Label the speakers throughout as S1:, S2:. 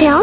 S1: 聊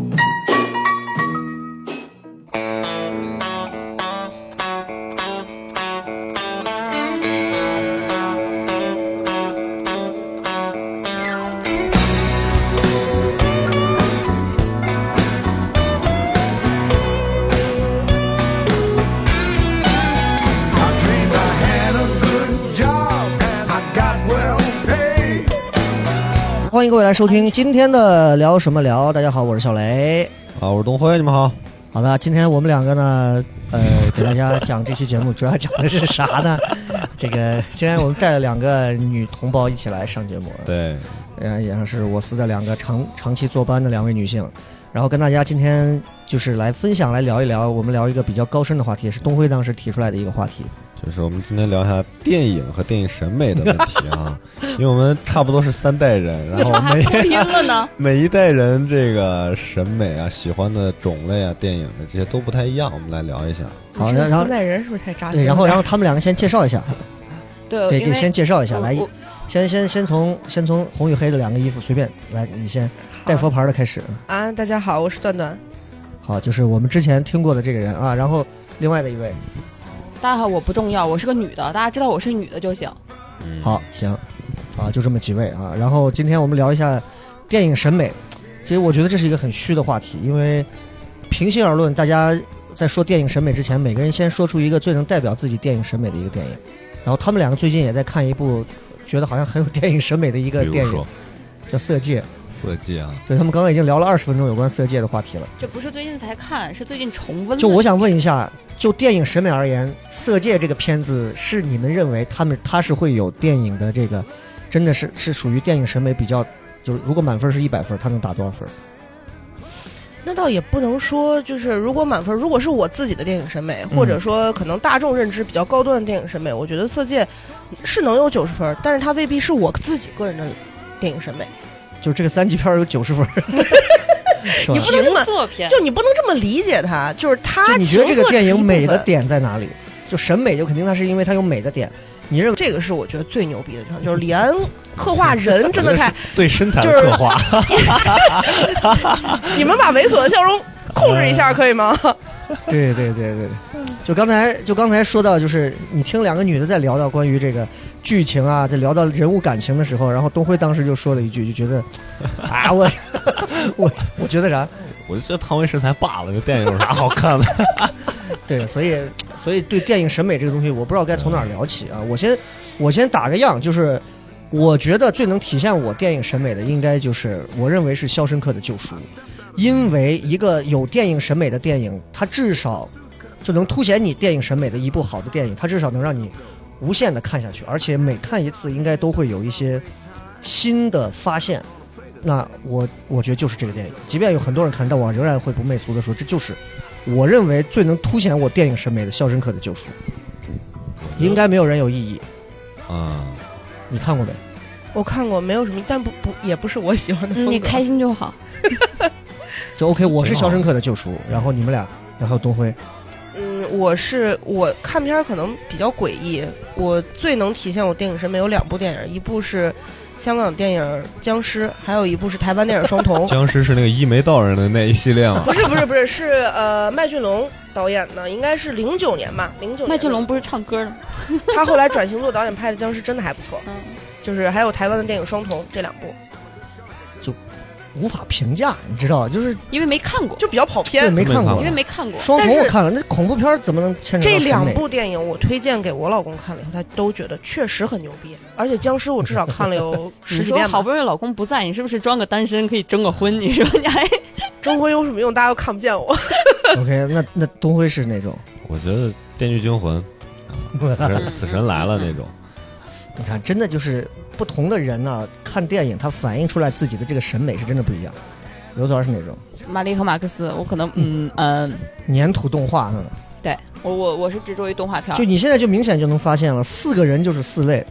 S2: I dreamed I had a good job and I got well paid.
S3: 欢迎各位来收听今天的聊什么聊。大家好，我是小雷。
S4: 啊，我是东辉，你们好。
S3: 好的，今天我们两个呢，呃，给大家讲这期节目主要讲的是啥呢？ 这个今天我们带了两个女同胞一起来上节目，
S4: 对，
S3: 然后也是我司的两个长长期坐班的两位女性，然后跟大家今天就是来分享来聊一聊，我们聊一个比较高深的话题，是东辉当时提出来的一个话题。
S4: 就是我们今天聊一下电影和电影审美的问题 啊，因为我们差不多是三代人，然后每
S5: 拼了呢。
S4: 每一代人这个审美啊、喜欢的种类啊、电影的这些都不太一样，我们来聊一下。
S3: 好，
S5: 这
S3: 然
S5: 个
S3: 然后
S5: 现代人是不是太扎
S3: 对，
S5: 心？
S3: 然后然后他们两个先介绍一下，
S5: 对，
S3: 对，
S5: 呃因
S3: 给
S5: 为
S3: 先介绍一下，
S5: 我
S3: 来
S5: 我
S3: 先先先从先从红与黑的两个衣服随便来，你先带佛牌的开始。
S5: 啊，大家好，我是段段。
S3: 好，就是我们之前听过的这个人啊，然后另外的一位，
S6: 大家好，我不重要，我是个女的，大家知道我是女的就行。
S4: 嗯，
S3: 好，行，啊，就这么几位啊。然后今天我们聊一下电影审美，其实我觉得这是一个很虚的话题，因为平心而论，大家在说电影审美之前，每个人先说出一个最能代表自己电影审美的一个电影。然后他们两个最近也在看一部，觉得好像很有电影审美的一个
S4: 比
S3: 电
S4: 如
S3: 影
S4: 说，
S3: 叫《色戒》。
S4: 色戒啊，
S3: 对他们刚刚已经聊了二十分钟有关色戒的话题了。
S6: 这不是最近才看，是最近重温的。
S3: 就我想问一下，就电影审美而言，《色戒》这个片子是你们认为他们它是会有电影的这个，真的是是属于电影审美比较，就是如果满分是一百分，它能打多少分？
S5: 那倒也不能说，就是如果满分，如果是我自己的电影审美，
S3: 嗯
S5: 或者说可能大众认知比较高端的电影审美，我觉得《色戒》是能有九十分，但是它未必是我自己个人的电影审美。
S3: 就是这个三级片儿有九十分，是吧？
S5: 不能跟
S6: 色片
S5: 就你不能这么理解它，就是它
S3: 就你觉得这个
S5: 情色
S3: 电
S5: 是一
S3: 影
S5: 部
S3: 美的
S5: 分，
S3: 点在哪里？就审美，就肯定它是因为它有美的点。你认为
S5: 这个是我觉得最牛逼的地方，就是李安刻画人真的太
S4: 对身材
S5: 的刻
S4: 画，
S5: 你们把猥琐的笑容控制一
S3: 嗯
S5: 下，可以吗？
S3: 对对对对，就刚才就刚才说到，就是你听两个女的在聊到关于这个剧情啊，在聊到人物感情的时候，然后东辉当时就说了一句，就觉得啊，我 我我觉得啥？
S4: 我就觉得汤唯身材罢了，这电影有啥好看 的？
S3: 对，所以所以对电影审美这个东西，我不知道该从哪儿聊起啊。我先我先打个样，就是我觉得最能体现我电影审美的，应该就是我认为是《肖申克的救赎》，因为一个有电影审美的电影，它至少就能凸显你电影审美的一部好的电影，它至少能让你无限的看下去，而且每看一次应该都会有一些新的发现。那我我觉得就是这个电影，即便有很多人看，但我仍然会不媚俗的说，这就是我认为最能凸显我电影审美的《肖申克的救赎》，应该没有人有异议。
S4: 啊，
S3: 你看过没？
S5: 我看过，没有什么，但不不也不是我喜欢的风
S6: 嗯，
S5: 格。
S6: 你开心就好。
S3: 就 OK，我是《肖申克的救赎》，然后你们俩，然后东辉，
S5: 嗯，我是我看片儿可能比较诡异，我最能体现我电影审美有两部电影，一部是香港电影《僵尸》，还有一部是台湾电影《双 瞳》。
S4: 僵尸是那个一眉道人的那一系列嘛？
S5: 不是不是不是，是呃麦浚龙导演的，应该是零九年吧，零九
S6: 麦浚龙，不是唱歌的吗？
S5: 他后来转型做导演拍的《僵尸》真的还不错，
S6: 嗯
S5: 就是还有台湾的电影《双瞳》这两部
S3: 无法评价，你知道，就是
S6: 因为没看过，
S5: 就比较跑
S3: 对
S5: 偏。
S3: 没看
S4: 看
S3: 过
S6: 因
S4: 过。
S6: 为没看过。
S3: 双瞳
S5: 但是
S3: 我看了，那恐怖片儿怎么能牵扯到
S5: 这
S3: 审
S5: 两
S3: 美
S5: 部电影我推荐给我老公看了以后，他都觉得确实很牛逼，而且《僵尸》我至少看了有十
S6: 你
S5: 几
S6: 说
S5: 遍吧
S6: 好。不容易老公不在，你是不是装个单身可以征个婚？你说你还
S5: 征婚有什么用？大家又看不见我。
S3: ？OK，那那东辉是哪种？
S4: 我觉得《电锯惊魂》啊死神死神来了那种，
S3: 你看，真的就是不同的人呢、看电影他反映出来自己的这个审美是真的不一样。刘总是哪种？
S6: 玛丽和马克思，我可能嗯嗯，
S3: 粘土动画，嗯
S6: 对我我我是执着于动画片儿
S3: 就。你现在就明显就能发现了，四个人就是四类，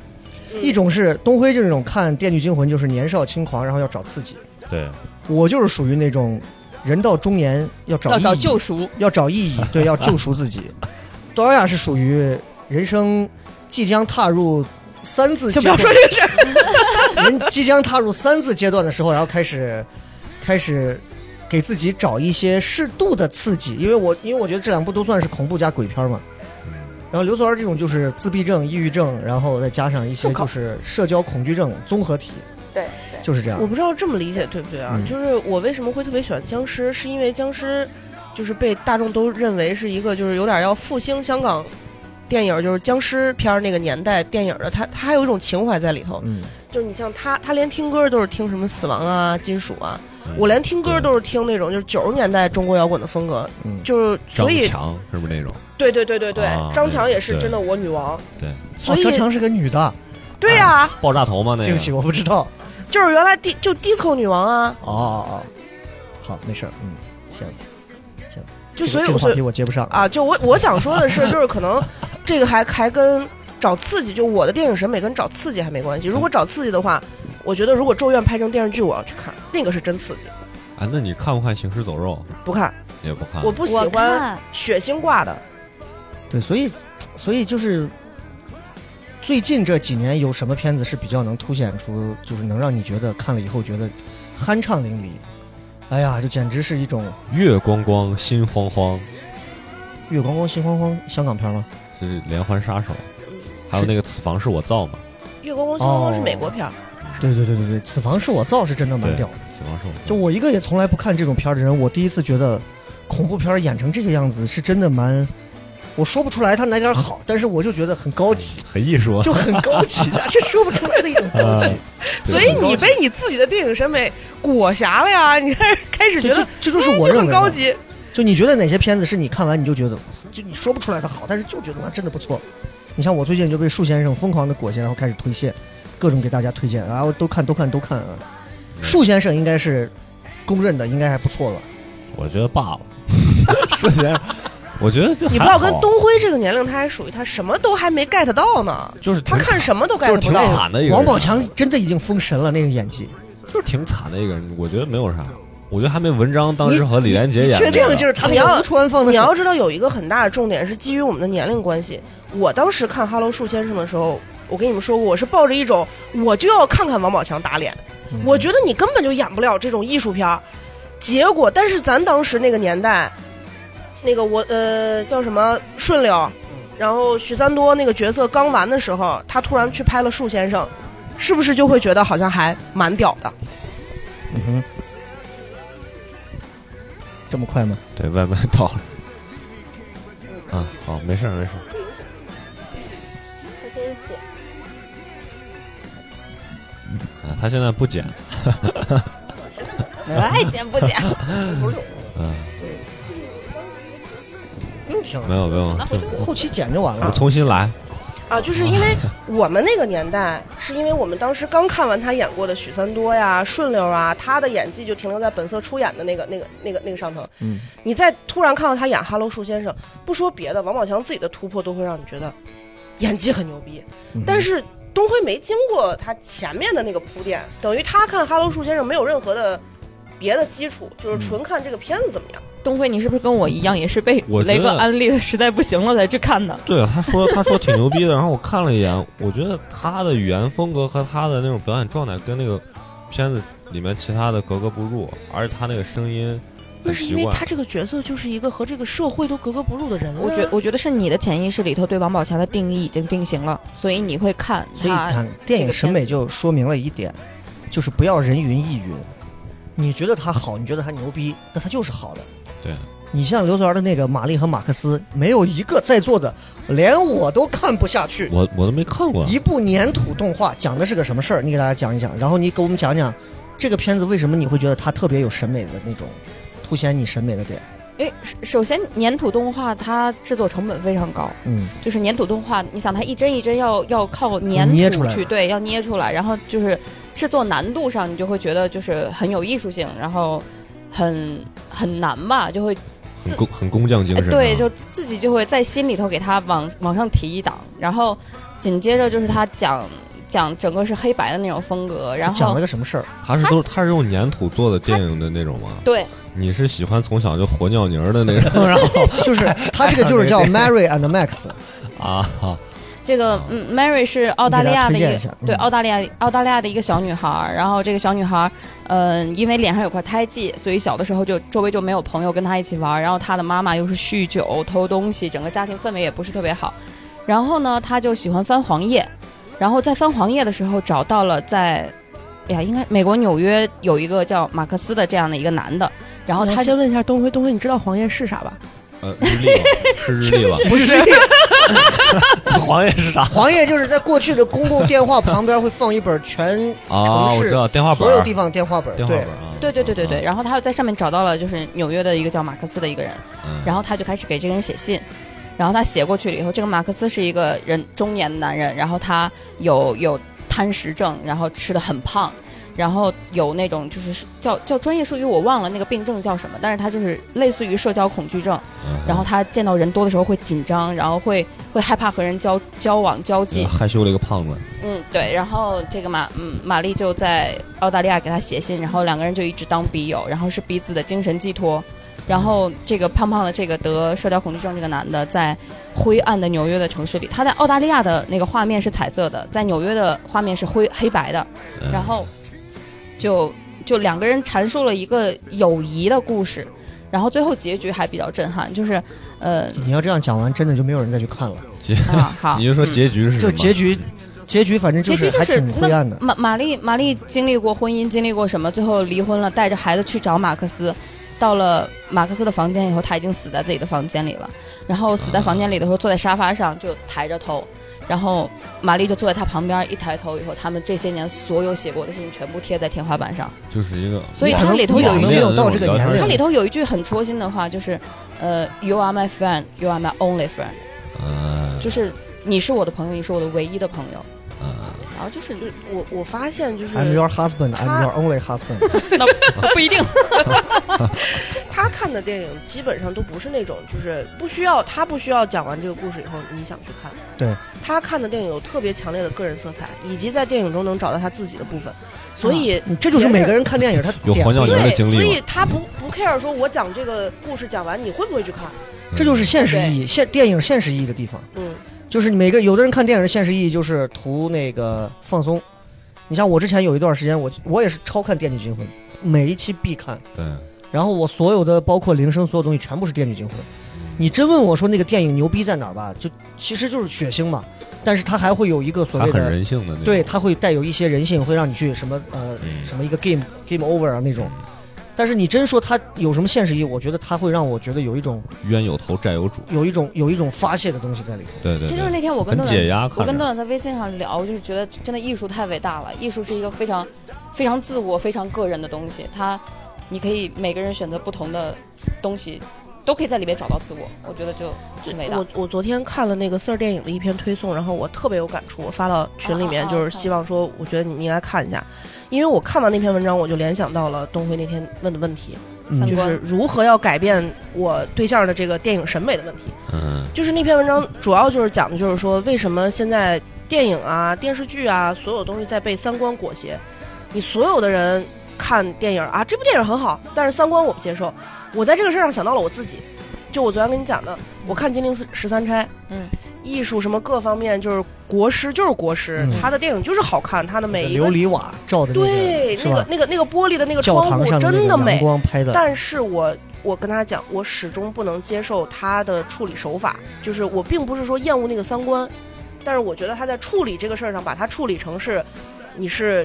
S3: 一种是东辉就是那种看《电锯惊魂》就是年少轻狂，然后要找刺激；
S4: 对，
S3: 我就是属于那种人到中年要找
S6: 要
S3: 意
S6: 找
S3: 义
S6: 救赎，
S3: 要找意义，对，要救赎自己。东南亚是属于人生即将踏入三字阶
S5: 就不要
S3: 段，
S5: 说这个事儿。
S3: 人即将踏入三字阶段的时候，然后开始开始给自己找一些适度的刺激，因为我因为我觉得这两部都算是恐怖加鬼片嘛。然后刘祖儿这种就是自闭症、抑郁症，然后再加上一些
S6: 住口
S3: 就是社交恐惧症综合体，
S6: 对对，
S3: 就是这样
S4: 啊
S5: 我。不知道这么理解对不对啊？
S3: 嗯
S5: 就是我为什么会特别喜欢僵尸，是因为僵尸就是被大众都认为是一个就是有点要复兴香港电影，就是僵尸片儿那个年代电影的，它它还有一种情怀在里头。
S3: 嗯，
S5: 就是你像他，他连听歌都是听什么死亡啊、金属啊，
S4: 嗯
S5: 我连听歌都是听那种就是九十年代中国摇滚的风格，
S3: 嗯
S5: 就是
S4: 张
S5: 所以
S4: 强是不是那种？
S5: 对对对对对，
S4: 啊
S5: 张强也是
S4: 对啊
S5: 真的我女王，
S4: 对，
S5: 所以、
S3: 哦、张强是个女的，
S5: 对啊，
S4: 爆炸头吗？那个
S3: 对不起，我不知道。
S5: 就是原来第就 disco 女王啊，
S3: 哦哦哦，好，没事儿，嗯，行。这
S5: 就所
S3: 个
S5: 以
S3: 这个
S5: 所
S3: 话
S5: 以
S3: 题我接不上，
S5: 啊，就我我想说的是，就是可能这个还还跟找刺激，就我的电影审美跟找刺激还没关系。如果找刺激的话，我觉得如果《咒怨》拍成电视剧，我要去看，那个是真刺激。
S4: 啊，那你看不看《行尸走肉
S5: 不看，》？
S4: 也不看。
S5: 我不喜
S6: 我
S5: 欢血腥挂的。
S3: 对，所以，所以就是最近这几年有什么片子是比较能凸显出，就是能让你觉得看了以后觉得酣畅淋漓，哎呀，就简直是一种
S4: 月光光，心慌慌，
S3: 月光光心慌慌香港片吗？
S4: 是连环杀手，
S5: 嗯
S4: 还有那个此房是我造嘛？
S5: 月光光心
S4: 哦
S5: 慌慌是美国片儿，
S3: 对对对对对，此房是我造是真的蛮
S4: 对
S3: 屌的。
S4: 此房是我造。
S3: 就我一个也从来不看这种片儿的人，我第一次觉得恐怖片儿演成这个样子是真的蛮，我说不出来它哪点儿好，但是我就觉得很高级，
S4: 很艺术啊，
S3: 就很高级，这说不出来的一种高级。
S4: 啊对
S5: 所以
S4: 很
S5: 你被你自己的电影审美裹挟了呀！你开始开始觉
S3: 对，这
S5: 得
S3: 这就是
S5: 嗯
S3: 我
S5: 就
S3: 认
S5: 很
S3: 为
S5: 高
S3: 的
S5: 级。
S3: 就你觉得哪些片子是你看完你就觉得，我操就你说不出来它好，但是就觉得哇真的不错。你像我最近就被树先生疯狂的裹挟，然后开始推荐，各种给大家推荐，啊，我都看都看都看啊。树先生应该是公认的，应该还不错吧？
S4: 我觉得罢了。瞬间，我觉得就
S5: 你不
S4: 还
S5: 要
S4: 好
S5: 跟东辉这个年龄，他还属于他什么都还没 get 到呢，
S4: 就是挺
S5: 他看什么都
S4: 就是
S5: get 不
S4: 挺
S5: 到。
S4: 惨的一个人
S3: 王宝强真的已经封神了，那个演技。
S4: 就是挺惨的一个人，我觉得没有啥，我觉得还没文章当
S3: 你
S4: 时和李连杰
S3: 你
S4: 演
S3: 确
S4: 的
S3: 定就是他那
S5: 你
S3: 个
S5: 要
S3: 吴川放的
S5: 你
S3: 是？
S5: 要知道有一个很大的重点是基于我们的年龄关系。我当时看《哈喽树先生》的时候，我跟你们说过，我是抱着一种我就要看看王宝强打脸，
S3: 嗯
S5: 我觉得你根本就演不了这种艺术片儿。结果，但是咱当时那个年代，那个我呃叫什么顺溜，然后许三多那个角色刚完的时候，他突然去拍了《树先生》，是不是就会觉得好像还蛮屌的？
S3: 嗯哼这么快吗？
S4: 对外卖到了。啊，好，没事儿没事儿。啊，他现在不剪，
S6: 爱剪不 剪，
S3: 不
S5: 嗯
S3: 用听了，
S4: 没有没有，
S6: 那
S4: 就
S6: 回头
S3: 后期剪就完
S4: 我
S3: 了。
S4: 重新来。
S5: 啊，就是 因为我们那个年代，是因为我们当时刚看完他演过的许三多呀、顺溜啊，他的演技就停留在本色出演的那个、那个、那个、那个上头。
S3: 嗯，
S5: 你再突然看到他演《哈喽树先生》，不说别的，王宝强自己的突破都会让你觉得演技很牛逼。
S3: 嗯
S5: 但是东辉没经过他前面的那个铺垫，等于他看《哈喽树先生》没有任何的别的基础，就是
S3: 嗯
S5: 纯看这个片子怎么样。
S6: 东辉，你是不是跟我一样，也是被
S4: 我觉得
S6: 雷哥安利的，实在不行了才去看的？
S4: 对，他说他说挺牛逼的，然后我看了一眼，我觉得他的语言风格和他的那种表演状态跟那个片子里面其他的格格不入，而且他那个声音
S5: 那
S4: 很
S5: 是
S4: 奇
S5: 因为
S4: 怪。
S5: 他这个角色就是一个和这个社会都格格不入的人、
S6: 我
S3: 嗯
S6: 觉我觉得是你的潜意识里头对王宝强的定义已经定型了，所以你会看
S3: 所以你
S6: 他。
S3: 看，电影审美就说明了一点，就是不要人云亦云。你觉得它好，
S6: 嗯
S3: 你觉得它牛逼，那它就是好的。
S4: 对，
S3: 你像刘祖儿的那个《玛丽和马克思》，没有一个在座的，连我都看不下去。
S4: 我我都没看过。
S3: 一部粘土动画讲的是个什么事儿？你给大家讲一讲，然后你给我们讲讲这个片子为什么你会觉得它特别有审美的那种，凸显你审美的点。
S6: 诶，首首先粘土动画它制作成本非常高，
S3: 嗯，
S6: 就是粘土动画，你想它一帧一帧要要靠粘
S3: 捏出
S6: 土
S3: 来
S6: 去对，要捏出来，然后就是制作难度上，你就会觉得就是很有艺术性，然后很很难吧，就会
S4: 很工很工匠精神、啊，
S6: 对，就自自己就会在心里头给他往往上提一档，然后紧接着就是他讲讲整个是黑白的那种风格，然
S3: 讲
S6: 后
S3: 了个什么事儿？
S4: 他是都他是用粘土做的电影的那种吗？
S6: 对
S4: 你是喜欢从小就活尿泥儿的那 种，然后
S3: 就是他这个就是 叫 Mary and Max，
S4: 啊，
S6: 这个嗯，Mary 是澳大利亚的一
S3: 你给大家推荐
S6: 个
S3: 一下嗯
S6: 对澳大利亚澳大利亚的一个小女孩儿，然后这个小女孩儿，嗯、因为脸上有块胎记，所以小的时候就周围就没有朋友跟她一起玩儿，然后她的妈妈又是酗酒偷东西，整个家庭氛围也不是特别好，然后呢，她就喜欢翻黄页，然后在翻黄页的时候找到了在，哎呀，应该美国纽约有一个叫马克思的这样的一个男的，然后
S5: 我
S6: 他就
S5: 先问一下东辉，东辉，你知道黄页是啥吧？
S4: 呃，日历吧，是日历吧？
S3: 不是
S4: 黄页是啥
S3: 黄页，就是在过去的公共电话旁边会放一本全
S4: 啊？我知道电话本
S3: 所有
S4: 儿
S3: 地，方电话本儿，
S4: 电话
S3: 对
S4: 本，儿啊，
S6: 对对对对对，
S4: 啊，
S6: 然后他又在上面找到了就是纽约的一个叫马克思的一个人。
S4: 嗯
S6: 然后他就开始给这个人写信，然后他写过去了以后，这个马克思是一个人中年男人，然后他有有贪食症，然后吃的很胖，然后有那种就是叫叫专业术语我忘了那个病症叫什么，但是他就是类似于社交恐惧症，
S4: 嗯
S6: 然后他见到人多的时候会紧张，然后会会害怕和人交交往交际
S4: 嗯，害羞了一个胖子，
S6: 嗯，对，然后这个玛嗯玛丽就在澳大利亚给他写信，然后两个人就一直当笔友，然后是彼此的精神寄托。然后这个胖胖的这个得社交恐惧症这个男的，在灰暗的纽约的城市里，他在澳大利亚的那个画面是彩色的，在纽约的画面是灰黑白的，
S4: 嗯
S6: 然后就就两个人阐述了一个友谊的故事，然后最后结局还比较震撼，就是呃
S3: 你要这样讲完，真的就没有人再去看了。
S4: 结
S6: 啊 好，
S4: 嗯你就说结局是什
S3: 就
S4: 么？嗯
S3: 结局，结局反正就
S6: 结局
S3: 是
S6: 就
S3: 还
S6: 是
S3: 挺灰暗的。
S6: 玛玛丽玛丽经历过婚姻，经历过什么？最后离婚了，带着孩子去找马克思。到了马克思的房间以后，他已经死在自己的房间里了。然后死在房间里的时候，坐在沙发上就抬着头，然后玛丽就坐在他旁边，一抬头以后，他们这些年所有写过的事情全部贴在天花板上。
S4: 就是一个，
S6: 所以
S3: 你可
S6: 它
S3: 能
S6: 里头
S3: 你
S6: 有
S3: 可
S6: 一
S3: 能
S6: 个
S3: 没有到这个年
S4: 对
S6: 它
S3: 龄
S6: 里，头有一句很戳心的话，就是呃，You are my friend, you are my only friend，
S4: 嗯，
S6: 就是你是我的朋友，你是我的唯一的朋友。
S4: 嗯
S6: 然后就是
S5: 就是我我发现就是
S3: I'm your husband, I'm your only husband。
S6: 不一定。
S5: 他看的电影基本上都不是那种，就是不需要他不需要讲完这个故事以后你想去看。
S3: 对，
S5: 他看的电影有特别强烈的个人色彩，以及在电影中能找到他自己的部分，所以、
S3: 啊你这就是每个人看电影他
S4: 有
S3: 点
S4: 黄
S3: 不
S4: 教
S3: 一
S4: 授
S3: 样
S4: 人的
S5: 对，
S4: 经历
S5: 所
S4: 嘛
S5: 以他不不 care 说我讲这个故事讲完你会不会去看，
S3: 这
S4: 嗯
S3: 就是现实意义，现电影现实意义的地方，
S5: 嗯，
S3: 就是你每个有的人看电影的现实意义就是图那个放松。你像我之前有一段时间，我我也是超看《电锯惊魂》，每一期必看，
S4: 对，
S3: 然后我所有的包括铃声所有东西全部是《电锯惊魂》。
S4: 嗯
S3: 你真问我说那个电影牛逼在哪儿吧，就其实就是血腥嘛，但是它还会有一个所
S4: 他
S3: 谓
S4: 很
S3: 的
S4: 人性的那种，
S3: 对，它会带有一些人性，会让你去什么呃
S4: 嗯
S3: 什么一个 game game over 啊那种。但是你真说它有什么现实意义，我觉得它会让我觉得有一种
S4: 冤有头债有主，
S3: 有一种有一种发泄的东西在里头。
S4: 对对
S6: 这就是
S4: 对，
S6: 那天我跟
S4: 很
S6: 段
S4: 解压，
S6: 我
S4: 看
S6: 跟
S4: 着
S6: 段段在微信上聊，就是觉得真的艺术太伟大了，艺术是一个非常非常自我、非常个人的东西，它你可以每个人选择不同的东西，都可以在里面找到自我，我觉得就很伟大。
S5: 我我昨天看了那个 Sir 电影的一篇推送，然后我特别有感触，我发到群里面，
S6: 啊啊啊
S5: 就是希望说，我觉得你们应该看一下，因为我看完那篇文章，我就联想到了东辉那天问的问题，
S3: 嗯
S6: 三
S5: 就
S6: 观
S5: 是如何要改变我对象的这个电影审美的问题。
S4: 嗯，
S5: 就是那篇文章主要就是讲的就是说，为什么现在电影啊、电视剧啊，所有东西在被三观裹挟。你所有的人看电影啊，这部电影很好，但是三观我不接受。我在这个事儿上想到了我自己，就我昨天跟你讲的，我看《金陵十三钗》，
S6: 嗯，
S5: 艺术什么各方面就是国师就是国师，
S3: 嗯
S5: 他的电影就是好看，他的每一个
S3: 琉璃瓦照的那个
S5: 对
S3: 是
S5: 那个
S3: 吧？
S5: 那个那个玻璃的那个
S3: 教
S5: 窗
S3: 堂
S5: 户
S3: 上的
S5: 真
S3: 那个
S5: 的
S3: 阳
S5: 美，
S3: 光拍的，
S5: 但是我我跟他讲，我始终不能接受他的处理手法，就是我并不是说厌恶那个三观，但是我觉得他在处理这个事儿上，把它处理成是你是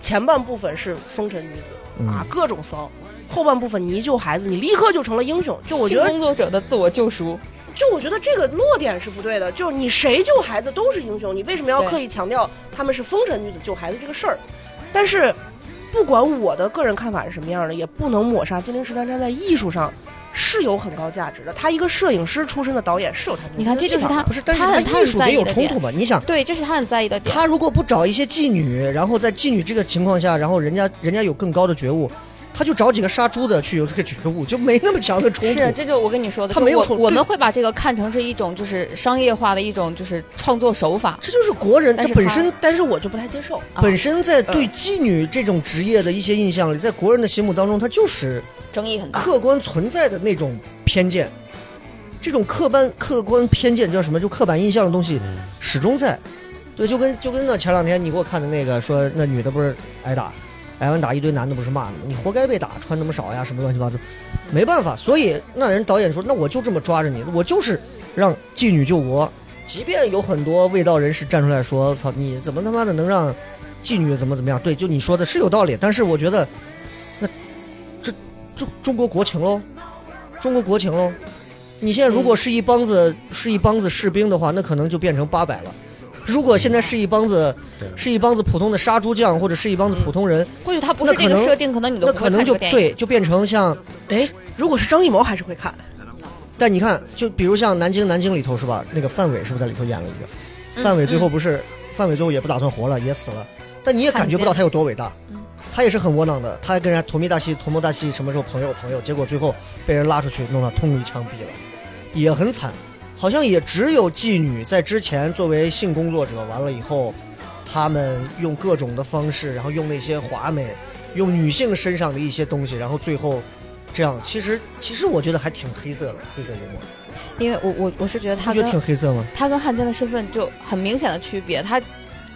S5: 前半部分是风尘女子
S3: 嗯
S5: 啊，各种骚。后半部分你一救孩子，你立刻就成了英雄。就我觉
S6: 性
S5: 得，
S6: 工作者的自我救赎，
S5: 就我觉得这个落点是不对的。就你谁救孩子都是英雄，你为什么要
S6: 对
S5: 刻意强调他们是风尘女子救孩子这个事儿？但是，不管我的个人看法是什么样的，也不能抹杀《金陵十三钗》在艺术上是有很高价值的。他一个摄影师出身的导演是有他牛逼的
S6: 你看这就是
S5: 地方
S6: 他
S5: 的
S3: 不是，但是
S6: 他
S3: 它
S6: 很他
S3: 艺
S6: 很
S3: 术
S6: 在
S3: 得
S6: 意
S3: 有
S6: 的
S3: 冲
S6: 点
S3: 突，吧？你想，
S6: 对，这是他很在意的点。
S3: 他如果不找一些妓女，然后在妓女这个情况下，然后人家人家有更高的觉悟，他就找几个杀猪的去有这个觉悟，就没那么强的冲突。
S6: 是，这就是我跟你说的，
S3: 他
S6: 就
S3: 没有
S6: 我
S3: 冲
S6: 我
S3: 对
S6: 们会把这个看成是一种就是商业化的一种就是创作手法。
S3: 这就是国人，
S6: 但
S3: 这
S6: 是
S3: 本
S6: 他嗯
S3: 身
S5: 但是我就不太接受。
S6: 啊
S3: 本身在对妓女这种职业的一些印象里，在国人的心目当中，它就是
S6: 争议很大。
S3: 客观存在的那种偏见，这种客观客观偏见叫什么？就刻板印象的东西始终在。对，就跟就跟那前两天你给我看的那个说，那女的不是挨打，挨完打一堆男的不是骂你，你活该被打，穿那么少呀，什么乱七八糟，没办法。所以那人导演说，那我就这么抓着你，我就是让妓女救国。即便有很多卫道人士站出来说，操，你怎么他妈的能让妓女怎么怎么样？对，就你说的是有道理，但是我觉得中中国国情喽，中国国情喽。你现在如果是一帮子、是一帮子士兵的话，那可能就变成八百了。如果现在是一帮子
S4: 对
S3: 是一帮子普通的杀猪匠，或者是一帮子普通人，
S6: 或许他不是
S3: 那
S6: 这
S3: 可
S6: 个
S3: 能
S6: 设定，可嗯能你都
S3: 那
S6: 不
S3: 可
S6: 会看
S3: 能
S6: 这
S3: 就
S6: 个电影。
S3: 对就变成像。
S5: 哎，如果是张艺谋，还是会看。
S3: 但你看，就比如像《南京南京》里头是吧？那个范伟是不是在里头演了一个？
S6: 嗯
S3: 范伟最后不是、范伟最后也不打算活了，也死了。但你也感觉不到他有多伟大，
S5: 嗯
S3: 他也是很窝囊的。他还跟人家同命大戏、同谋大戏，什么时候朋友朋友，结果最后被人拉出去，弄到通一枪毙了，也很惨。好像也只有妓女在之前作为性工作者，完了以后，他们用各种的方式，然后用那些华美，用女性身上的一些东西，然后最后这样。其实其实我觉得还挺黑色的，黑色幽默。
S6: 因为我我我是觉得
S3: 不
S6: 他
S3: 觉
S6: 跟
S3: 得挺黑色吗？
S6: 他跟汉奸的身份就很明显的区别，他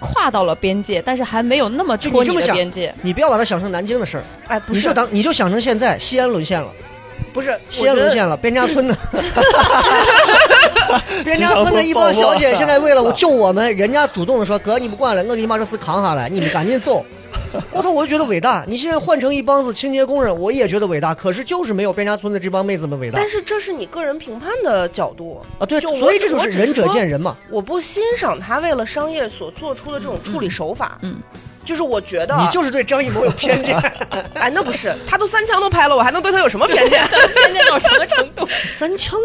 S6: 跨到了边界，但是还没有那么
S3: 就
S6: 戳
S3: 你这么
S6: 的
S3: 想
S6: 边界。
S3: 你不要把它想成南京的事儿，
S5: 哎，不
S3: 你
S5: 是
S3: 就，当你就想成现在西安沦陷了，
S5: 不是，
S3: 西安沦陷了，边家村的，边家村的一帮小姐现在为了我救我们，人家主动的说：“哥，你不惯了，我给你把这事扛下来，你们赶紧走。”我操，我就觉得伟大。你现在换成一帮子清洁工人，我也觉得伟大，可是就是没有边家村的这帮妹子们伟大
S5: 但是这是你个人评判的角度，
S3: 啊！对，
S5: 就我
S3: 所以这就
S5: 我
S3: 是
S5: 只
S3: 仁者
S5: 说
S3: 见仁嘛。
S5: 我不欣赏他为了商业所做出的这种处理手法。
S6: 嗯嗯
S5: 就是我觉得，
S3: 你就是对张艺谋有偏见，
S5: 哎，那不是，他都三枪都拍了，我还能对他有什么偏 见？
S6: 边界到什么程度？
S3: 三枪，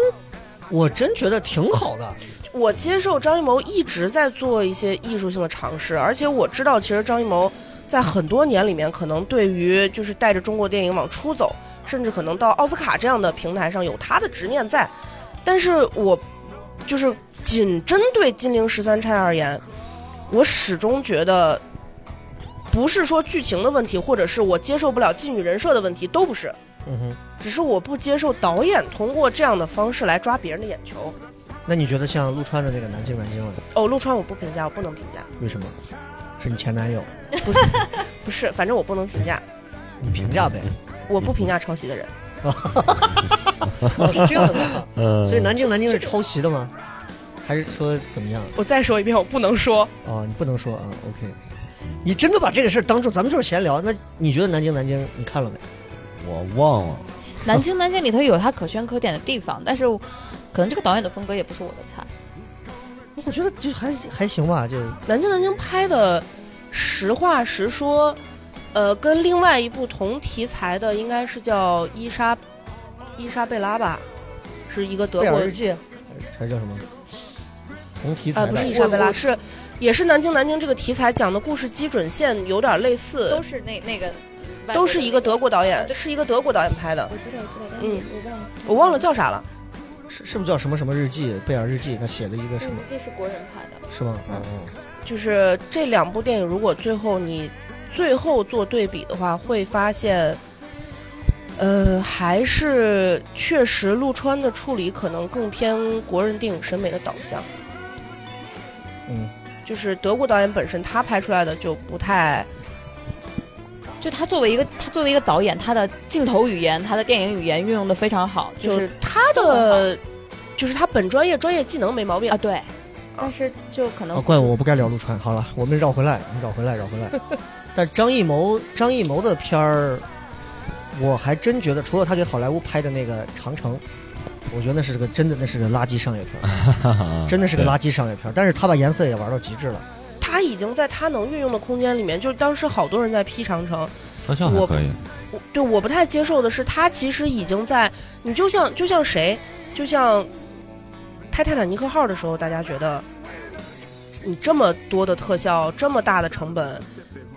S3: 我真觉得挺好的。
S5: 我接受张艺谋一直在做一些艺术性的尝试，而且我知道，其实张艺谋在很多年里面，可能对于就是带着中国电影往出走，甚至可能到奥斯卡这样的平台上有他的执念在。但是我就是仅针对《金陵十三钗》而言，我始终觉得不是说剧情的问题，或者是我接受不了妓女人设的问题，都不是。
S3: 嗯哼。
S5: 只是我不接受导演通过这样的方式来抓别人的眼球。
S3: 那你觉得像陆川的那个《南京南京》了，
S5: 哦，陆川我不评价，我不能评价，
S3: 为什么？是你前男友？
S5: 不是，反正我不能评价，
S3: 你评价 呗。
S5: 我不评价抄袭的人。
S3: 哦，是这样的吗？
S4: 嗯，
S3: 所以南京南京是抄袭的吗？还是说怎么样？
S5: 我再说一遍，我不能说。
S3: 哦，你不能说啊。OK，你真的把这个事儿当做咱们就是闲聊？那你觉得南京南京你看了没？
S4: 我忘了，
S6: 南京南京里头有它可圈可点的地方，但是我可能这个导演的风格也不是我的菜。
S3: 我觉得就还还行吧，就
S5: 南京南京拍的，实话实说，呃，跟另外一部同题材的应该是叫伊莎伊莎贝拉吧，是一个德
S3: 贝尔
S5: 国
S3: 日记啊还是叫什么？同题
S5: 啊，
S3: 材
S5: 不
S3: 的
S5: 是伊莎贝
S6: 我
S5: 拉，
S6: 我
S5: 是也是南京南京这个题材讲的故事基准线有点类似
S6: 都，是那那个，
S5: 都是一个德国导演，
S6: 对
S5: 是一个德国导演拍的，
S6: 我知道，我知道，
S5: 嗯
S6: 我忘了，
S5: 我忘了叫啥了。
S3: 是是不是叫什么什么日记？贝尔日记他写的一个什么？
S6: 这是国人拍的。嗯
S3: 是吗？哦哦。
S5: 就是这两部电影，如果最后你最后做对比的话，会发现，呃，还是确实陆川的处理可能更偏国人电影审美的导向。
S3: 嗯，
S5: 就是德国导演本身他拍出来的就不太，
S6: 就他作为一个他作为一个导演，他的镜头语言、他的电影语言运用的非常好，就
S5: 就是是他的就是他本专业专业技能没毛病
S6: 啊，对，但是就可能
S3: 啊，怪我我不该聊陆川。好了，我们绕回来，绕回来，绕回来。但张艺谋，张艺谋的片儿，我还真觉得，除了他给好莱坞拍的那个《长城》，我觉得那是个真的，那是个垃圾商业片儿， 真的是个垃圾商业片儿。但是他把颜色也玩到极致了。
S5: 他已经在他能运用的空间里面，就是当时好多人在批长城，
S4: 特效还可以，
S5: 我对我不太接受的是，他其实已经在你就像就像谁，就像拍《泰坦尼克号》的时候，大家觉得你这么多的特效，这么大的成本，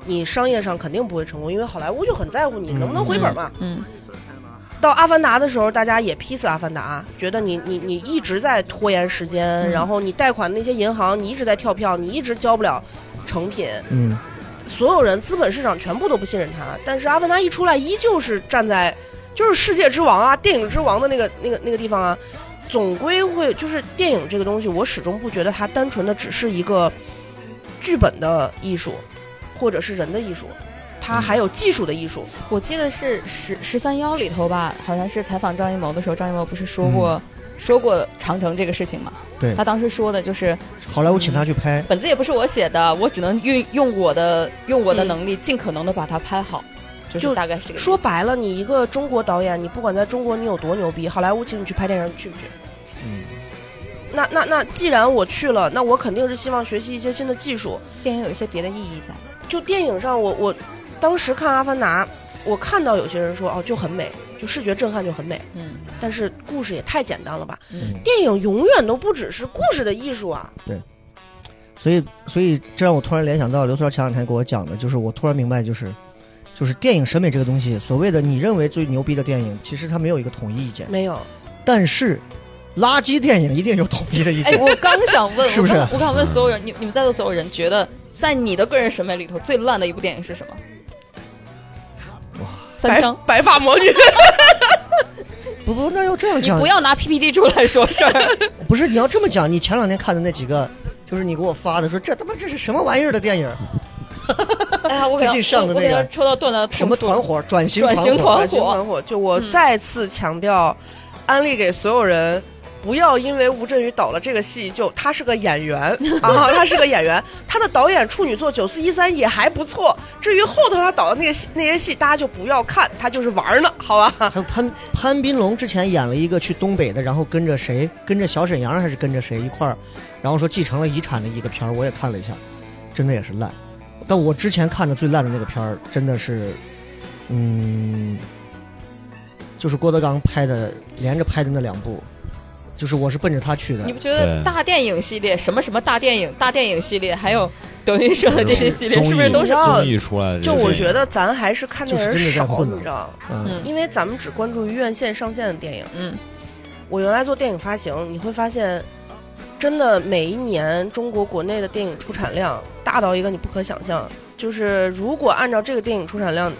S5: 你商业上肯定不会成功，因为好莱坞就很在乎你能不能回本嘛。
S6: 嗯，
S5: 到《阿凡达》的时候，大家也批死《阿凡达》，觉得你你你一直在拖延时间，
S6: 嗯
S5: 然后你贷款的那些银行，你一直在跳票，你一直交不了成品，
S3: 嗯，
S5: 所有人资本市场全部都不信任他。但是《阿凡达》一出来，依旧是站在就是世界之王啊，电影之王的那个那个那个地方啊，总归会就是电影这个东西，我始终不觉得它单纯的只是一个剧本的艺术，或者是人的艺术，它还有技术的艺术。
S6: 我记得是十十三幺里头吧，好像是采访张艺谋的时候，张艺谋不是说过、说过长城这个事情嘛？
S3: 对
S6: 他当时说的就是
S3: 好莱坞请他去拍，
S6: 本子也不是我写的，我只能运用我的用我的
S5: 嗯
S6: 能力，尽可能的把它拍好，就是
S5: 就
S6: 大概是这个意思
S5: 说白了，你一个中国导演，你不管在中国你有多牛逼，好莱坞请你去拍电影，你去不去？
S3: 嗯，
S5: 那那那，既然我去了，那我肯定是希望学习一些新的技术。
S6: 电影有一些别的意义在。
S5: 就电影上我，我当时看《阿凡达》，我看到有些人说哦就很美，就视觉震撼就很美，
S6: 嗯
S5: 但是故事也太简单了吧？
S6: 嗯
S5: 电影永远都不只是故事的艺术啊！
S3: 所以所以这让我突然联想到刘所前两天给我讲的，就是我突然明白，就是就是电影审美这个东西，所谓的你认为最牛逼的电影，其实它没有一个统一意见，
S5: 没有，
S3: 但是垃圾电影一定有统一的意
S6: 哎，
S3: 见。
S6: 我刚想问，
S3: 是不是
S6: 我刚我刚问所有人，你你们在座所有人觉得，在你的个人审美里头，最烂的一部电影是什么？三
S5: 白
S6: 枪，
S5: 白发魔女，
S3: 不不，那要这样
S6: 你
S3: 讲
S6: 不，要拿 PPT 出来说事儿。
S3: 不是你要这么讲，你前两天看的那几个，就是你给我发的，说这他妈这是什么玩意儿的电影？
S6: 嗯哎呀，我可
S3: 最
S6: 能
S3: 近上的
S6: 我我可
S3: 那
S6: 能
S3: 个
S6: 抽到断了
S3: 什么团伙转型
S6: 转型
S3: 团伙？
S6: 团
S5: 团火嗯团火！就我再次强调，安利给所有人，不要因为吴镇宇导了这个戏，就他是个演 员啊，他是个演员，他的导演处女作《九四一三》也还不错。至于后头他导的那个戏那些戏，大家就不要看，他就是玩儿呢，好吧？
S3: 还有潘潘斌龙之前演了一个去东北的，然后跟着谁，跟着小沈阳还是跟着谁一块儿，然后说继承了遗产的一个片儿，我也看了一下，真的也是烂。但我之前看的最烂的那个片儿，真的是，嗯，就是郭德纲拍的，连着拍的那两部，就是我是奔着他去的
S6: 你。不觉得大电影系列什么什么大电影、大电影系列，还有德云社的这些系列，
S4: 综艺
S6: 是不是都是？
S7: 哦
S4: 综艺出来的？
S5: 就我觉，得咱还是看的
S3: 就是
S5: 人
S3: 真的在
S5: 少，
S3: 混呢
S5: 你知道，
S3: 嗯
S6: 嗯
S5: 因为咱们只关注于院线上线的电影。
S6: 嗯，
S5: 我原来做电影发行，你会发现，真的每一年中国国内的电影出产量大到一个你不可想象。就是如果按照这个电影出产量，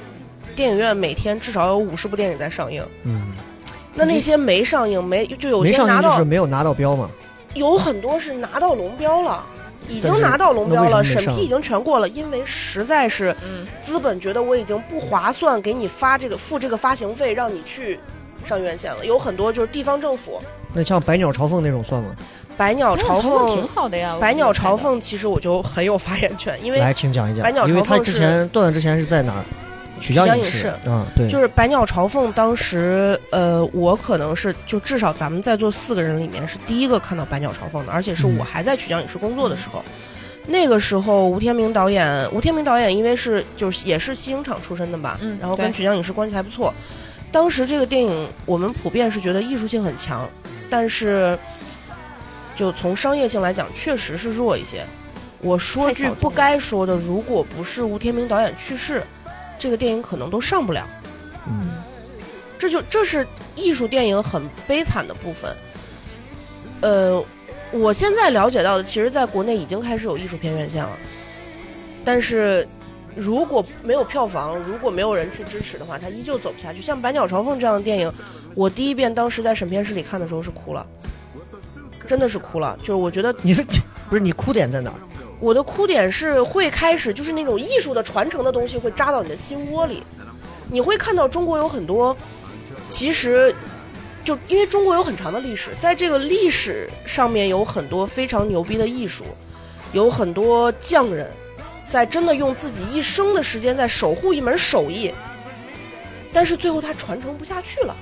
S5: 电影院每天至少有五十部电影在上映。
S3: 嗯，
S5: 那那些没上映，没就有
S3: 没
S5: 些
S3: 上
S5: 拿
S3: 映就
S5: 到
S3: 是没有拿到标嘛。
S5: 有很多是拿到龙标了，已
S3: 但
S5: 经
S3: 是
S5: 拿到龙标
S3: 那
S5: 了，
S3: 为什么没
S5: 审
S3: 上
S5: 批已经全过了，因为实在是
S6: 嗯
S5: 资本觉得我已经不划算给你发这个付这个发行费，让你去上院线了。有很多就是地方政府
S3: 那像《百鸟朝凤》那种算吗？
S5: 百鸟朝凤
S6: 挺好的呀，我觉得
S5: 百鸟朝凤其实我就很有发言权，因为
S3: 来，请讲一
S5: 百
S3: 讲，
S5: 鸟朝
S3: 因为他
S5: 凤
S3: 之
S5: 是
S3: 前段段之前是在哪儿？曲江
S5: 江
S3: 影
S5: 影视
S3: 啊，对，
S5: 就是百鸟朝凤当时，呃，我可能是就至少咱们在座四个人里面是第一个看到百鸟朝凤的，而且是
S3: 嗯
S5: 我还在曲江影视工作的时候。那个时候，吴天明导演，吴天明导演因为是就是也是西影厂出身的吧，
S6: 嗯
S5: 然后
S6: 对
S5: 跟曲江影视关系还不错。当时这个电影，我们普遍是觉得艺术性很强，但是就从商业性来讲，确实是弱一些。我说
S6: 太小
S5: 句
S6: 众了
S5: 不该说的，如果不是吴天明导演去世，这个电影可能都上不了。
S3: 嗯
S5: 这就这是艺术电影很悲惨的部分。呃，我现在了解到的，其实在国内已经开始有艺术片院线了，但是如果没有票房，如果没有人去支持的话，它依旧走不下去。像《百鸟朝凤》这样的电影，我第一遍当时在审片室里看的时候是哭了，真的是哭了。就是我觉得
S3: 你的不是你哭点在哪儿？
S5: 我的哭点是会开始，就是那种艺术的传承的东西会扎到你的心窝里，你会看到中国有很多，其实就因为中国有很长的历史，在这个历史上面有很多非常牛逼的艺术，有很多匠人，在真的用自己一生的时间在守护一门手艺，但是最后他传承不下去了，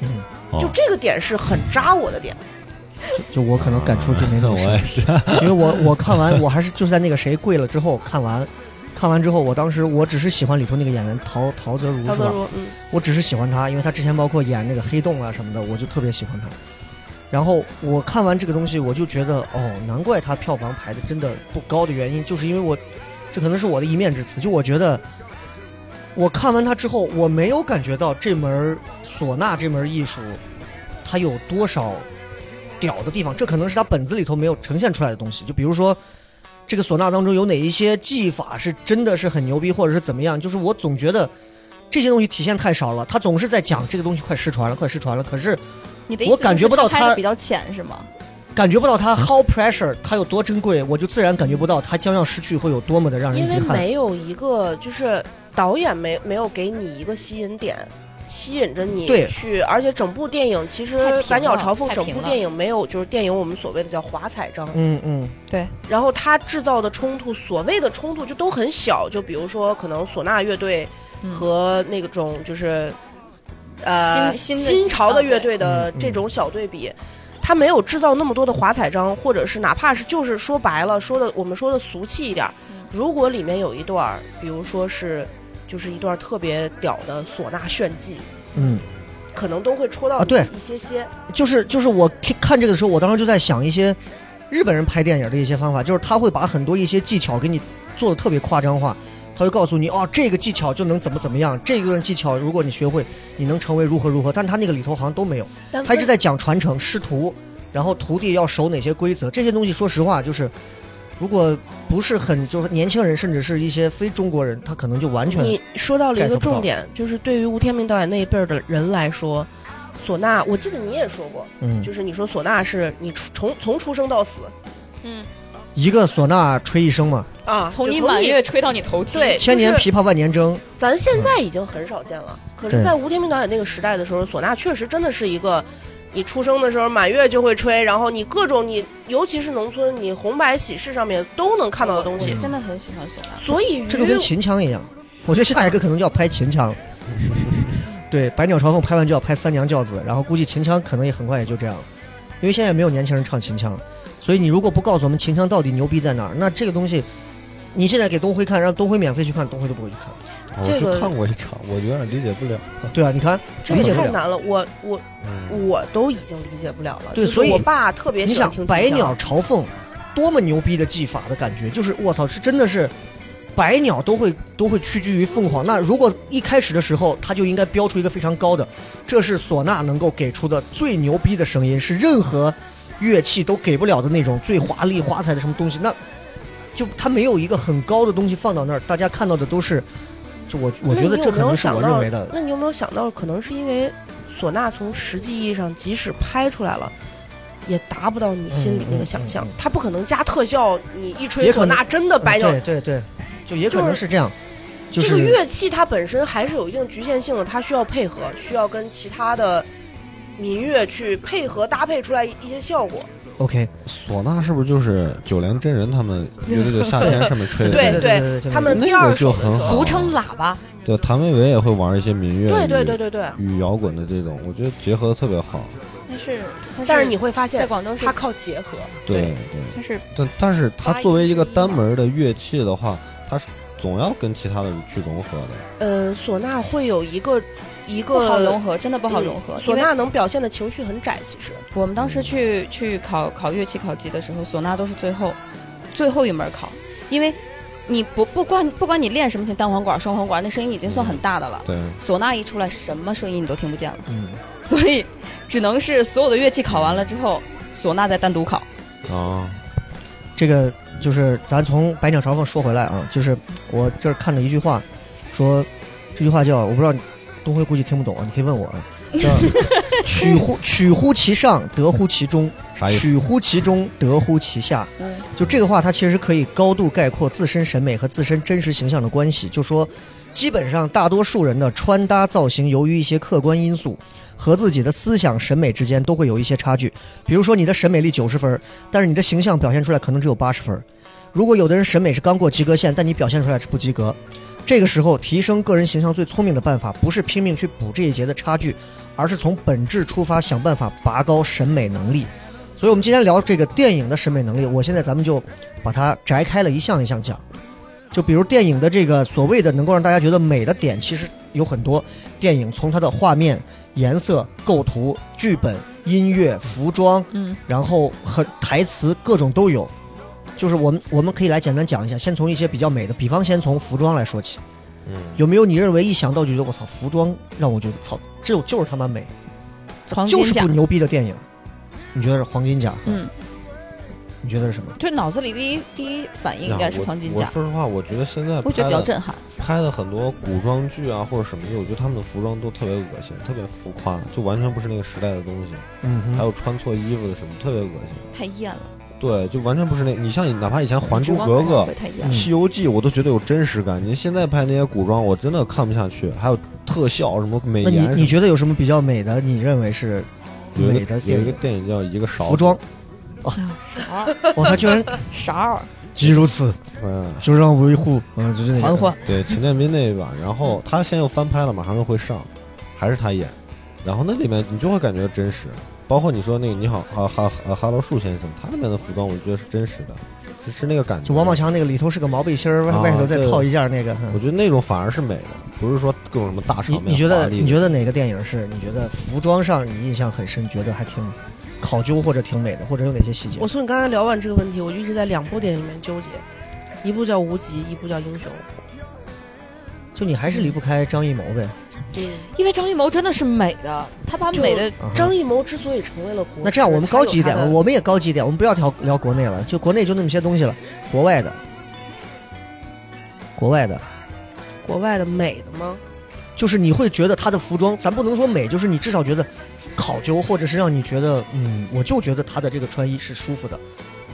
S3: 嗯，
S4: 哦
S5: 就 这个点是很扎我的点。
S3: 就我可能感触就没那么
S4: 我也
S3: 深，
S4: 是，
S3: 因为我我看完我还是就是在那个谁跪了之后看完，看完之后我当时我只是喜欢里头那个演员陶陶泽如
S5: 陶
S3: 是
S5: 泽
S3: 吧？
S5: 如，嗯，
S3: 我只是喜欢他，因为他之前包括演那个黑洞啊什么的，我就特别喜欢他。然后我看完这个东西，我就觉得哦，难怪它票房排的真的不高的原因，就是因为我，这可能是我的一面之词，就我觉得。我看完它之后，我没有感觉到这门唢呐这门艺术，它有多少屌的地方。这可能是它本子里头没有呈现出来的东西。就比如说，这个唢呐当中有哪一些技法是真的是很牛逼，或者是怎么样？就是我总觉得这些东西体现太少了。他总是在讲这个东西快失传了，快失传了，可是
S6: 你的
S3: 我感觉不到
S6: 他
S3: 它
S6: 拍的比较浅是吗？
S3: 感觉不到它
S5: 嗯
S3: how pressure 它有多珍贵，我就自然感觉不到它将要失去会有多么的让人
S5: 因为
S3: 遗憾。
S5: 没有一个就是导演没没有给你一个吸引点，吸引着你
S3: 对
S5: 去，而且整部电影其实
S6: 太平了
S5: 《百鸟朝凤》
S6: 太
S5: 整
S6: 平
S5: 部
S6: 了
S5: 电影没有就是电影我们所谓的叫华彩章，
S3: 嗯嗯，
S6: 啊
S5: 然后他制造的冲突，所谓的冲突就都很小，就比如说可能唢呐乐队
S6: 嗯
S5: 和那种就是、呃
S6: 新新的
S5: 新潮的乐队的
S3: 嗯嗯
S5: 这种小对比。他没有制造那么多的华彩章，或者是哪怕是就是说白了说的，我们说的俗气一点儿，
S6: 嗯
S5: 如果里面有一段儿，比如说是就是一段儿特别屌的唢呐炫技，
S3: 嗯，
S5: 可能都会戳到
S3: 啊
S5: 你
S3: 对
S5: 一些些。
S3: 就是就是我看看这个的时候，我当时就在想一些日本人拍电影的一些方法，就是他会把很多一些技巧给你做的特别夸张化，他会告诉你哦，这个技巧就能怎么怎么样，这个技巧如果你学会，你能成为如何如何，但他那个里头好像都没有。
S5: 但
S3: 他一直
S5: 问
S3: 在讲传承、师徒，然后徒弟要守哪些规则，这些东西，说实话，就是如果不是很就是年轻人，甚至是一些非中国人，他可能就完全
S5: 你说到了一
S3: get
S5: 个
S3: 不到
S5: 重点，就是对于吴天明导演那一辈儿的人来说，唢呐，我记得你也说过，
S3: 嗯
S5: 就，是你说唢呐是你出从从出生到死
S6: 嗯，
S3: 一个唢呐吹一生嘛，
S5: 啊，
S6: 从
S5: 就
S6: 你满月吹到你头七，
S5: 对，
S3: 千年
S5: 就是
S3: 琵琶万年筝，
S5: 咱现在已经很少见了。可是，
S3: 对
S5: 在吴天明导演那个时代的时候，唢呐确实真的是一个，你出生的时候满月就会吹，然后你各种你，尤其是农村，你红白喜事上面都能看到的东西。
S6: 真的很喜欢唢呐。
S5: 所以于，
S3: 嗯这个跟秦腔一样。我觉得下一个可能就要拍秦 腔，对，《百鸟朝凤》拍完就要拍《三娘教子》，然后估计秦腔可能也很快也就这样了，因为现在没有年轻人唱秦腔，所以你如果不告诉我们秦腔到底牛逼在哪儿，那这个东西，你现在给东辉看，让东辉免费去看，东辉都不会去看。
S5: 这
S7: 我
S5: 个
S7: 是看过一场，我有点理解不了。
S3: 对啊，你看，
S5: 这
S3: 理
S5: 也
S3: 解不
S5: 太
S3: 了
S5: 难了，我我
S7: 嗯，
S5: 我都已经理解不了了。
S3: 对
S5: 就是
S3: 所以
S5: 我爸特别
S3: 你
S5: 喜欢
S3: 想
S5: 听
S3: 百
S5: 秦腔
S3: 鸟朝凤，多么牛逼的技法的感觉，就是我操，是真的是百鸟都会都会屈居于凤凰。那如果一开始的时候，它就应该标出一个非常高的，这是唢呐能够给出的最牛逼的声音，是任何乐器都给不了的那种最华丽华彩的什么东西。那就它没有一个很高的东西放到那儿，大家看到的都是，就我我
S5: 那
S3: 觉得
S5: 你
S3: 这
S5: 有
S3: 可
S5: 没有
S3: 能是
S5: 想
S3: 我
S5: 到
S3: 认为的
S5: 那你有没有想到，可能是因为唢呐从实际意义上，即使拍出来了，也达不到你心里那个想象。
S3: 嗯嗯嗯嗯
S5: 它不可能加特效，你一吹
S3: 也可
S5: 唢
S3: 能
S5: 呐真的白鸟。
S3: 嗯对对对，就也可
S5: 就是
S3: 能是这样，就
S5: 这个
S3: 是
S5: 乐器它本身还是有一定局限性的，它需要配合，需要跟其他的民乐去配合搭配出来一些效果。
S3: OK，
S7: 唢呐是不是就是九连真人他们乐队的夏天上面吹的？
S5: 对
S3: 对
S5: 对
S3: 对对，
S5: 他们
S7: 那
S5: 第二
S7: 个就
S5: 首的
S7: 很
S5: 时候
S7: 好
S6: 俗称喇叭，
S7: 对，谭维维也会玩一些民乐，
S5: 对对对，对对，
S7: 与摇滚的这种，我觉得结合的特别好。
S6: 但是
S5: 但是你会发
S6: 在
S5: 现，
S6: 广州是
S5: 它靠结合。
S7: 对
S6: 对
S7: 对，
S6: 它是
S7: 但但是它
S6: 八一
S7: 作为一个
S6: 一
S7: 单
S6: 嘛
S7: 门的乐器的话，它是总要跟其他的去融合的。
S5: 呃，唢呐会有一个一
S6: 不好融
S5: 个。
S6: 合，真的不好融合。
S5: 唢
S6: 因为
S5: 呐能表现的情绪很窄，其实。
S6: 我们当时去去考考乐器考级的时候，唢呐都是最后最后一门考，因为你不不管不管你练什么琴，单簧管、双簧管，那声音已经算很
S5: 嗯
S6: 大的了。
S7: 对，
S6: 唢呐一出来，什么声音你都听不见了，
S3: 嗯。
S6: 所以只能是所有的乐器考完了之后，唢呐再单独考。
S7: 啊，
S3: 这个就是咱从百鸟朝凤说回来啊，就是我这儿看的一句话，说这句话叫我不知道东辉估计听不懂啊，你可以问我啊，叫取乎取乎其上，得乎其中；
S7: 啊啥意思？
S3: 取乎其中，得乎其下。
S6: 嗯，
S3: 就这个话，它其实可以高度概括自身审美和自身真实形象的关系。就说，基本上大多数人的穿搭造型，由于一些客观因素和自己的思想审美之间都会有一些差距。比如说，你的审美力九十分儿，但是你的形象表现出来可能只有八十分儿。如果有的人审美是刚过及格线，但你表现出来是不及格，这个时候提升个人形象最聪明的办法，不是拼命去补这一节的差距，而是从本质出发，想办法拔高审美能力。所以，我们今天聊这个电影的审美能力，我现在咱们就把它摘开了一项一项讲。就比如电影的这个所谓的能够让大家觉得美的点，其实有很多电影从它的画面、颜色、构图、剧本、音乐、服装，
S6: 嗯，
S3: 然后和台词各种都有。就是我们我们可以来简单讲一下，先从一些比较美的，比方先从服装来说起。
S8: 嗯，
S3: 有没有你认为一想到就觉得我操，服装让我觉得操，这有就是他妈美，
S6: 黄金
S3: 就是
S6: 甲
S3: 部，牛逼的电影？你觉得是黄金甲？
S6: 嗯，
S3: 你觉得是什么？
S6: 就脑子里第一第一反应应该是黄金
S4: 我
S6: 甲，
S4: 说实话，我觉得现在
S6: 我觉得
S4: 拍
S6: 比较
S4: 的
S6: 震撼。
S4: 拍的很多古装剧啊或者什么的，我觉得他们的服装都特别恶心，特别浮夸，就完全不是那个时代的东西。
S3: 嗯哼
S4: 还有穿错衣服的什么，特别恶心。
S6: 太艳了，
S4: 对，就完全不是那，你像你哪怕以前《还珠
S6: 烛光
S4: 格
S6: 晚
S4: 格
S6: 会》。太艳
S3: 嗯
S6: 了。
S4: 西游记》我都觉得有真实感，您现在拍那些古装，我真的看不下去。还有特效什么美
S3: 那
S4: 颜
S3: 你
S4: 什么
S3: 你觉得有什么比较美的？你认为是
S4: 有
S3: 美
S4: 一
S3: 的
S4: 个
S3: 电
S4: 有一个
S3: 影？
S4: 电影叫《一个勺子》
S3: 服装，哦，他居 然
S6: 勺儿，
S3: 即如此，
S4: 嗯，
S3: 就让维护，嗯，就是那个
S6: 缓缓，
S4: 对，陈建斌那一版，然后他现在又翻拍了，马上又会上，还是他演，然后那里面你就会感觉真实，包括你说那个你好哈哈哈哈罗树先生，他那边的服装我觉得是真实的，是是那个感觉。
S3: 就王宝，强那个里头是个毛背心儿，外
S4: 啊
S3: 外头再
S4: 对
S3: 套一件那个。嗯
S4: 我觉得那种反而是美的，不是说各种什么大场
S3: 你
S4: 面
S3: 你觉
S4: 华
S3: 得
S4: 丽的
S3: 你觉得哪个电影是你觉得服装上你印象很深，觉得还挺考究或者挺美的，或者有哪些细节
S5: 我？从你刚才聊完这个问题，我就一直在两部电影里面纠结，一部叫《无极》，一部叫《英雄》。
S3: 就你还是离不开张艺谋呗。
S5: 嗯
S6: 因为张艺谋真的是美的，他把
S5: 就
S6: 美的
S3: 啊哈
S5: 张艺谋之所以成为了国，
S3: 那这样我们高级一点吧，
S5: 吧，
S3: 我们也高级一点，我们不要聊聊国内了，就国内就那么些东西了，国外的，国外的。
S5: 国外的美的吗？
S3: 就是你会觉得她的服装，咱不能说美，就是你至少觉得考究，或者是让你觉得，嗯，我就觉得她的这个穿衣是舒服的。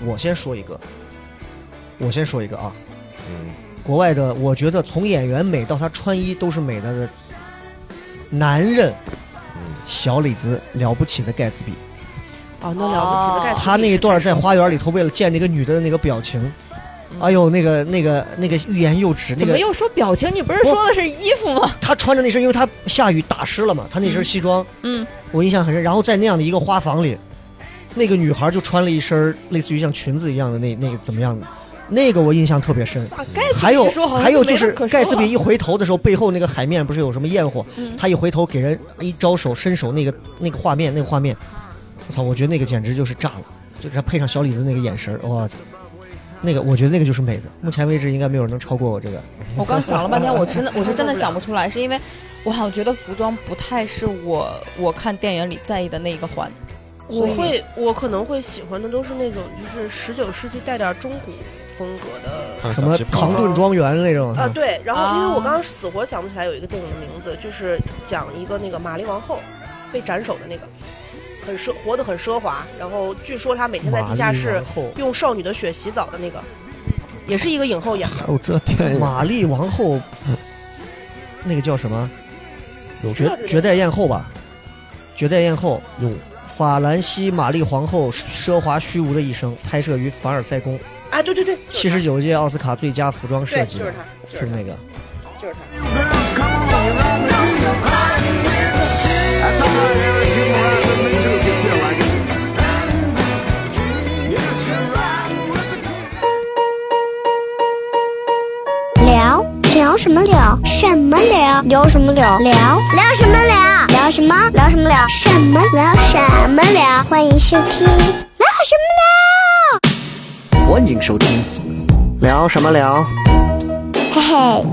S3: 我先说一个，我先说一个啊，
S4: 嗯
S3: 国外的，我觉得从演员美到她穿衣都是美的的男人，小李子了不起的盖茨比，
S5: 哦，那了不起的盖茨比
S3: 他那一段在花园里头为了见那个女的那个表情，哎呦，那个那个那个欲言又止，那
S6: 嗯怎么
S3: 个
S6: 又说表情？你不是
S3: 不
S6: 说的是衣服吗？
S3: 他穿着那身，因为他下雨打湿了嘛，他那身西装。
S6: 嗯，
S3: 我印象很深。然后在那样的一个花房里，那个女孩就穿了一身儿类似于像裙子一样的那那个怎么样的，那个我印象特别深。
S6: 啊盖茨比
S3: 还有
S6: 说好像
S3: 还有
S6: 没
S3: 就是
S6: 得可说
S3: 盖茨比
S6: 了
S3: 一回头的时候，背后那个海面不是有什么焰火？
S6: 嗯
S3: 他一回头给人一招手伸手，那个那个画面那个画面，我操！我觉得那个简直就是炸了，就是他配上小李子那个眼神儿，哇！那个我觉得那个就是美的，目前为止应该没有人能超过我这个。
S6: 我刚想了半天，我真的我是真的想不出来，是因为我好像觉得服装不太是我我看电影里在意的那一个环。
S5: 我
S6: 所以
S5: 会，我可能会喜欢的都是那种，就是十九世纪带点中古风格的。
S8: 看
S3: 什么
S8: 小旗袍
S3: 唐顿庄园那种
S5: 啊，
S3: 哈
S5: 对，然后因为
S6: 啊
S5: 我刚刚死活想不起来有一个电影的名字，就是讲一个那个玛丽王后被斩首的那个，很奢活得很奢华，然后据说她每天在地下室用少女的血洗澡的那个，也是一个影后演的。
S4: 还有这 电影，
S3: 玛丽王后，那个叫什么？
S5: 知道
S3: 绝
S5: 这个
S3: 绝代艳后吧？绝代艳后
S4: 用
S3: 法兰西玛丽皇后奢华虚无的一生，拍摄于凡尔赛宫，
S5: 啊，对对对，
S3: 七十九届奥斯卡最佳服装设
S5: 对，
S3: 计
S5: 就是她，就
S3: 是
S5: 是她，
S3: 那个。
S5: 就是她。
S9: Girls, come along, let me do your riding wheel. That's all I hear is you riding with me too, if you feel like it. Yes, you're riding with the king.
S1: 聊聊什么聊？什么聊？聊什么聊？聊聊什么聊？聊什么？聊什么聊？什么聊？什么聊？欢迎收听聊什么聊？
S3: 欢迎收听，聊什么聊？
S1: 嘿嘿，